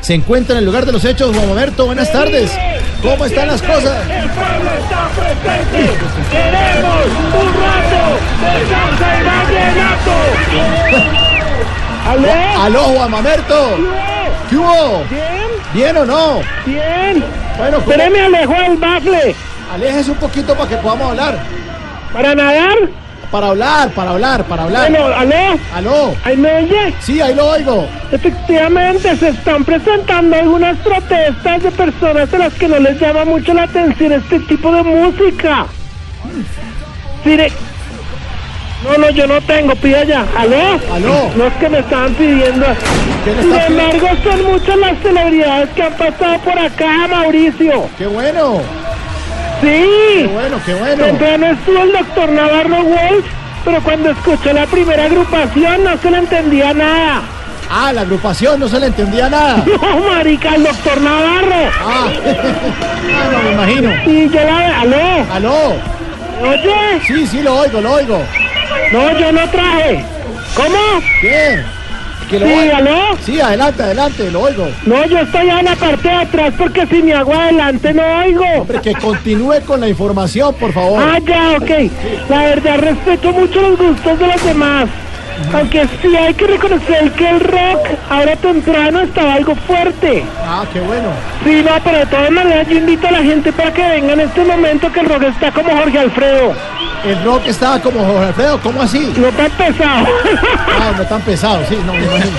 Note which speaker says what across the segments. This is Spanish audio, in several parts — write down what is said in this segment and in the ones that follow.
Speaker 1: Se encuentra en el lugar de los hechos, Juan Roberto. Buenas tardes. ¿Cómo están las cosas?
Speaker 2: El pueblo está presente. Queremos un rato de salsa y vallenato. ¿Ale?
Speaker 1: Aló, Juan Roberto. ¿Qué hubo?
Speaker 2: ¿Bien?
Speaker 1: ¿Bien o no?
Speaker 2: ¿Bien?
Speaker 1: Bueno, ¿cómo?
Speaker 2: Espéreme, alejó el bafle.
Speaker 1: aléjese un poquito para que podamos hablar.
Speaker 2: ¿Para nadar?
Speaker 1: Para hablar, para hablar, para
Speaker 2: Bueno,
Speaker 1: hablar.
Speaker 2: ¿aló?
Speaker 1: Aló.
Speaker 2: ¿Ahí me oye?
Speaker 1: Sí, ahí lo oigo.
Speaker 2: Efectivamente, se están presentando algunas protestas de personas a las que no les llama mucho la atención este tipo de música. Dire- No, no, yo no tengo, pida ya. ¿Aló?
Speaker 1: Aló.
Speaker 2: Los que me estaban pidiendo.
Speaker 1: ¿Qué le
Speaker 2: Sin
Speaker 1: está pidiendo?
Speaker 2: embargo, son muchas las celebridades que han pasado por acá, Mauricio.
Speaker 1: Qué bueno,
Speaker 2: Sí.
Speaker 1: qué bueno, qué bueno.
Speaker 2: Temprano estuvo el doctor Navarro Wolf, pero cuando escuchó la primera agrupación no se le entendía nada.
Speaker 1: Ah, la agrupación no se le entendía nada.
Speaker 2: No, marica, el doctor Navarro.
Speaker 1: Ah, ah, no me imagino.
Speaker 2: Y yo la... ¿Aló?
Speaker 1: Aló.
Speaker 2: Oye,
Speaker 1: Sí, sí, lo oigo, lo oigo.
Speaker 2: no, yo no traje. ¿Cómo?
Speaker 1: Bien. Que lo
Speaker 2: Sí,
Speaker 1: oigo.
Speaker 2: ¿aló?
Speaker 1: Sí, adelante, adelante, lo oigo.
Speaker 2: No, yo estoy en la parte de atrás porque si me hago adelante no oigo.
Speaker 1: Hombre, que continúe con la información, por favor.
Speaker 2: Ah, ya, ok. La verdad, respeto mucho los gustos de los demás. Aunque sí hay que reconocer que el rock ahora temprano estaba algo fuerte.
Speaker 1: Ah, qué bueno.
Speaker 2: Sí, no, pero de todas maneras yo invito a la gente para que venga en este momento que el rock está como Jorge Alfredo.
Speaker 1: El rock estaba como Jorge Alfredo, ¿cómo así?
Speaker 2: No tan pesado.
Speaker 1: Ah, no tan pesado, sí, no me imagino.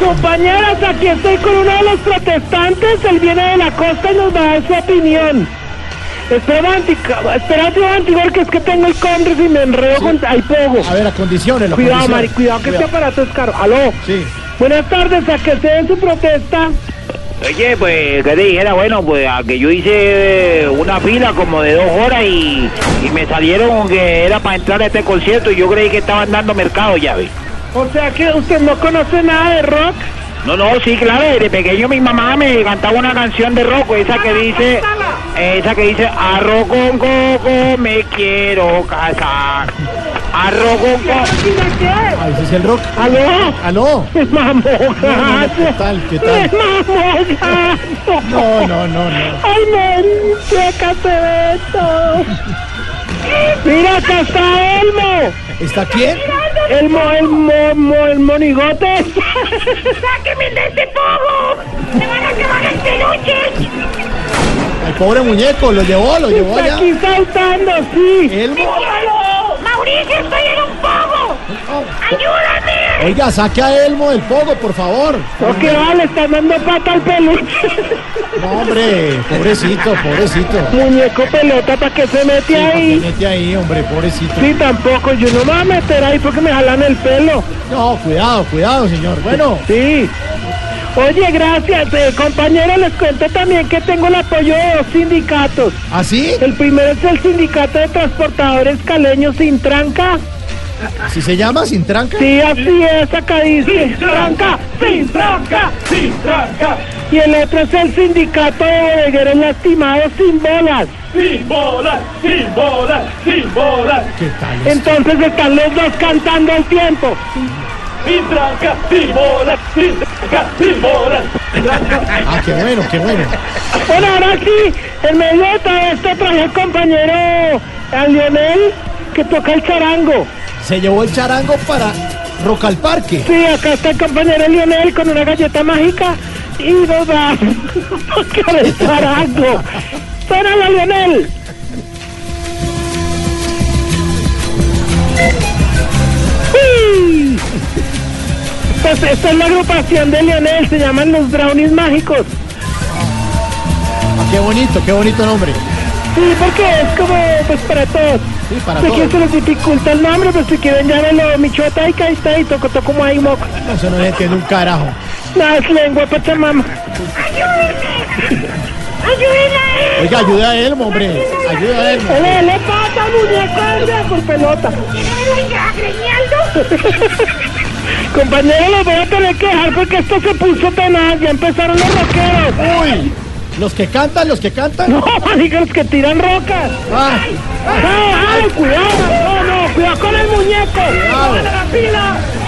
Speaker 2: Compañeras, aquí estoy con uno de los protestantes. Él viene de la costa y nos va a dar su opinión. Espera, Antica- espera, tío Antigua, que es que tengo el Conres y me enredo con... ¡Ay, poco!
Speaker 1: A ver, a condiciones, las
Speaker 2: Cuidado, Mari,
Speaker 1: condiciones.
Speaker 2: cuidado, que este aparato es caro. ¡Aló!
Speaker 1: Sí.
Speaker 2: Buenas tardes, ¿a qué se debe su protesta?
Speaker 3: Oye, pues, ¿qué te dijera? Bueno, pues, a que yo hice eh, una fila como de dos horas y, y me salieron que era para entrar a este concierto y yo creí que estaban dando mercado, ya ves.
Speaker 2: O sea que usted no conoce nada de rock.
Speaker 3: No, no, sí, claro, desde pequeño mi mamá me cantaba una canción de Rocco, esa que dice, esa que dice, arroz con coco me quiero casar, arroz con coco.
Speaker 1: Ah, ese es el rock.
Speaker 2: ¡Aló!
Speaker 1: Aló.
Speaker 2: ¡Es mamogazo!
Speaker 1: No, no, no, ¿qué tal, qué tal?
Speaker 2: ¡Es mamogazo!
Speaker 1: No, no, no, no.
Speaker 2: ¡Ay, men! ¡Chécate de esto! ¡Mira, acá está Elmo!
Speaker 1: ¿Está quién?
Speaker 2: ¡Elmo, el mo, mo- el monigote!
Speaker 4: ¡Sáquenme de este pogo! ¡Me van a quemar el peluche!
Speaker 1: El pobre muñeco, lo llevó, lo llevó
Speaker 2: ¡Está
Speaker 1: allá.
Speaker 2: aquí saltando, sí!
Speaker 1: Elmo.
Speaker 4: ¡Dígalo! ¡Mauricio, estoy en un pogo! ¡Ayúdame!
Speaker 1: Oh. Oiga, saque a Elmo del pogo, por favor.
Speaker 2: ¡O que va! ¡Le están dando pata al peluche!
Speaker 1: No, hombre, pobrecito, pobrecito.
Speaker 2: ¡Muñeco pelota, ¿para qué se mete
Speaker 1: Se
Speaker 2: ahí?
Speaker 1: Mete ahí, hombre, pobrecito.
Speaker 2: Sí, tampoco, yo no me voy a meter ahí porque me jalan el pelo.
Speaker 1: No, cuidado, cuidado, señor. Bueno,
Speaker 2: Sí. Oye, gracias. eh, compañero, les cuento también que tengo el apoyo de dos sindicatos.
Speaker 1: ¿así?
Speaker 2: El primero es el Sindicato de Transportadores Caleños Sin Tranca.
Speaker 1: ¿Así se llama? ¿Sin tranca?
Speaker 2: Sí, así es, acá dice. Sin tranca, sin tranca, sin tranca. Y el otro es el Sindicato de Bodegueros Lastimados Sin Bolas.
Speaker 5: Sin bolas, sin bolas, sin bolas,
Speaker 1: ¿Qué tal? es?
Speaker 2: Entonces están los dos cantando al tiempo.
Speaker 5: sin tranca, sin bolas, sin tranca, sin bolas.
Speaker 1: Ah, qué bueno, qué bueno.
Speaker 2: Bueno, ahora sí, en medio de todo esto traje al compañero, a Lionel, que toca el charango.
Speaker 1: Se llevó el charango para Rock al Parque.
Speaker 2: Sí, acá está el compañero Lionel con una galleta mágica y nos va a tocar el charango. ¡Suénala, Lionel! ¡Uy! Pues esta es la agrupación de Lionel, se llaman los Brownies Mágicos.
Speaker 1: Ah, qué bonito, qué bonito nombre.
Speaker 2: Sí, porque es como, pues para todos.
Speaker 1: Sí, para
Speaker 2: Sé que
Speaker 1: todos.
Speaker 2: se les dificulta el Pues nombre, pero si quieren llámenlo Michoataica, ahí está, y toco, toco como ahí moco.
Speaker 1: No, eso no se entiende un carajo.
Speaker 2: Las lenguas Pachamama.
Speaker 4: ¡Ayúdenme! ¡Ayúdenme a él!
Speaker 1: Oiga, ayuda a Elmo, hombre. Ayuda a Elmo.
Speaker 2: Le, le pasa al muñeco anda por pelota.
Speaker 4: ¿Quieren ir agreñando?
Speaker 2: Compañero, los voy a tener que dejar porque esto se puso tenaz. Ya empezaron los rockeros.
Speaker 1: Uy, los que cantan, los que cantan. Ah.
Speaker 2: No, marica, los que tiran rocas.
Speaker 1: Ay,
Speaker 2: ¡Ay, ay, cuidado! ¡No, no! ¡Cuidado con el muñeco! ¡Cuidado! la pila!